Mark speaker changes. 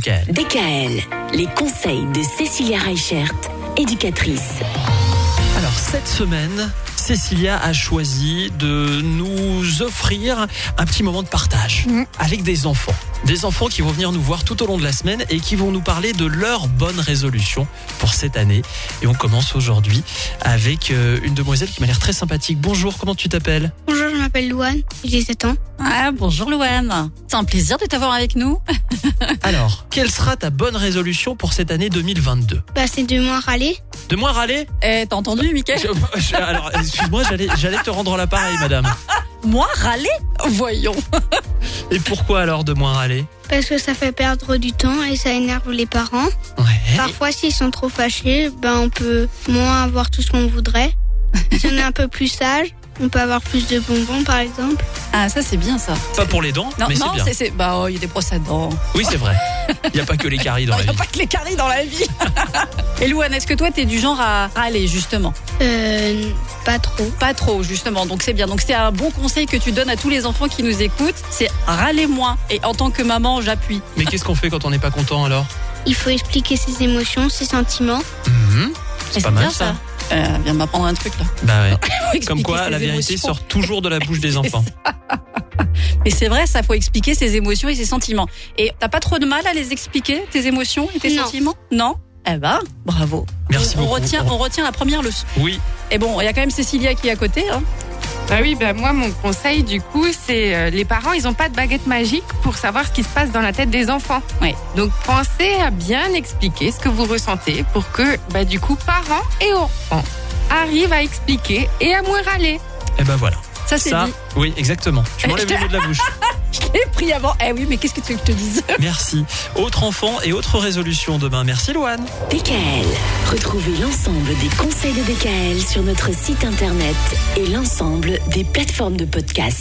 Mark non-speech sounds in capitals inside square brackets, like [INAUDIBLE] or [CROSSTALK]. Speaker 1: DKL.
Speaker 2: DKL, les conseils de Cécilia Reichert, éducatrice.
Speaker 1: Alors cette semaine, Cécilia a choisi de nous offrir un petit moment de partage
Speaker 3: Mm.
Speaker 1: avec des enfants. Des enfants qui vont venir nous voir tout au long de la semaine et qui vont nous parler de leurs bonnes résolutions pour cette année. Et on commence aujourd'hui avec euh, une demoiselle qui m'a l'air très sympathique. Bonjour, comment tu
Speaker 3: [LAUGHS]
Speaker 1: t'appelles
Speaker 4: Bonjour, je m'appelle Louane, j'ai 7 ans.
Speaker 3: Ah, bonjour Louane. C'est un plaisir de t'avoir avec nous.
Speaker 1: Alors, quelle sera ta bonne résolution pour cette année 2022
Speaker 4: Bah, c'est de moins râler.
Speaker 1: De moins râler
Speaker 3: [LAUGHS] Eh, t'as entendu, Mickaël
Speaker 1: Je- je- Alors, excuse-moi, j'allais- j'allais te rendre l'appareil, madame.
Speaker 3: Moi, râler Voyons.
Speaker 1: Et pourquoi alors de moins râler
Speaker 4: Parce que ça fait perdre du temps et ça énerve les parents.
Speaker 1: Ouais.
Speaker 4: Parfois, s'ils sont trop fâchés, ben on peut moins avoir tout ce qu'on voudrait. si on est un peu plus sage, on peut avoir plus de bonbons, par exemple.
Speaker 3: Ah, ça, c'est bien, ça.
Speaker 1: Pas pour les dents,
Speaker 3: Non,
Speaker 1: mais c'est
Speaker 3: non,
Speaker 1: bien.
Speaker 3: c'est... c'est- Bah, oh, il y a des brosses à dents.
Speaker 1: Oui, c'est vrai. Il n'y a pas que les caries dans
Speaker 3: Non,
Speaker 1: la
Speaker 3: [LAUGHS] il n'y a
Speaker 1: vie.
Speaker 3: pas que les caries dans la vie. [LAUGHS] Et Louane, est-ce que toi, t'es du genre à râler, justement
Speaker 4: Euh, pas trop.
Speaker 3: Pas trop, justement. Donc, c'est bien. Donc, c'est un bon conseil que tu donnes à tous les enfants qui nous écoutent. C'est râler moins. Et en tant que maman, j'appuie.
Speaker 1: Mais qu'est-ce qu'on fait quand on n'est pas content alors
Speaker 4: Il faut expliquer ses émotions, ses sentiments.
Speaker 1: Mhm.
Speaker 3: Et
Speaker 1: C'est pas mal
Speaker 3: bien,
Speaker 1: ça.
Speaker 3: Euh, viens de m'apprendre un truc, là.
Speaker 1: Bah
Speaker 3: [LAUGHS]
Speaker 1: ouais.
Speaker 3: Faut
Speaker 1: Comme
Speaker 3: expliquer
Speaker 1: quoi,
Speaker 3: ses
Speaker 1: la vérité
Speaker 3: émotions.
Speaker 1: sort toujours de la bouche
Speaker 3: [LAUGHS]
Speaker 1: des enfants.
Speaker 3: Et c'est vrai, ça faut expliquer ses émotions et ses sentiments. Et t'as pas trop de mal à les expliquer, tes émotions et tes
Speaker 4: Non.
Speaker 3: sentiments Non Eh ben, bravo.
Speaker 1: Merci
Speaker 3: on, on
Speaker 1: beaucoup.
Speaker 3: retient, on retient la première leçon.
Speaker 1: Oui,
Speaker 3: Et bon, il y a quand même Cécilia qui est à côté. hein.
Speaker 5: Bah oui, bah moi mon conseil du coup, c'est euh, les parents, ils n'ont pas de baguette magique pour savoir ce qui se passe dans la tête des enfants.
Speaker 3: Ouais.
Speaker 5: Donc pensez à bien expliquer ce que vous ressentez pour que bah du coup parents et enfants arrivent à expliquer et à moins râler.
Speaker 1: et ben voilà.
Speaker 3: Ça, c'est
Speaker 1: Ça,
Speaker 3: dit. [LAUGHS]
Speaker 1: oui, exactement. Tu m'enlèves
Speaker 3: Je te-
Speaker 1: le mot de la
Speaker 3: [LAUGHS]
Speaker 1: bouche.
Speaker 3: Je l'ai pris avant. Eh oui, mais qu'est-ce que tu veux que je te dise
Speaker 1: Merci. Autre enfant et autre résolution demain. Merci, Loane.
Speaker 2: DKL, retrouvez l'ensemble des conseils de DKL sur notre site internet et l'ensemble des plateformes de podcast.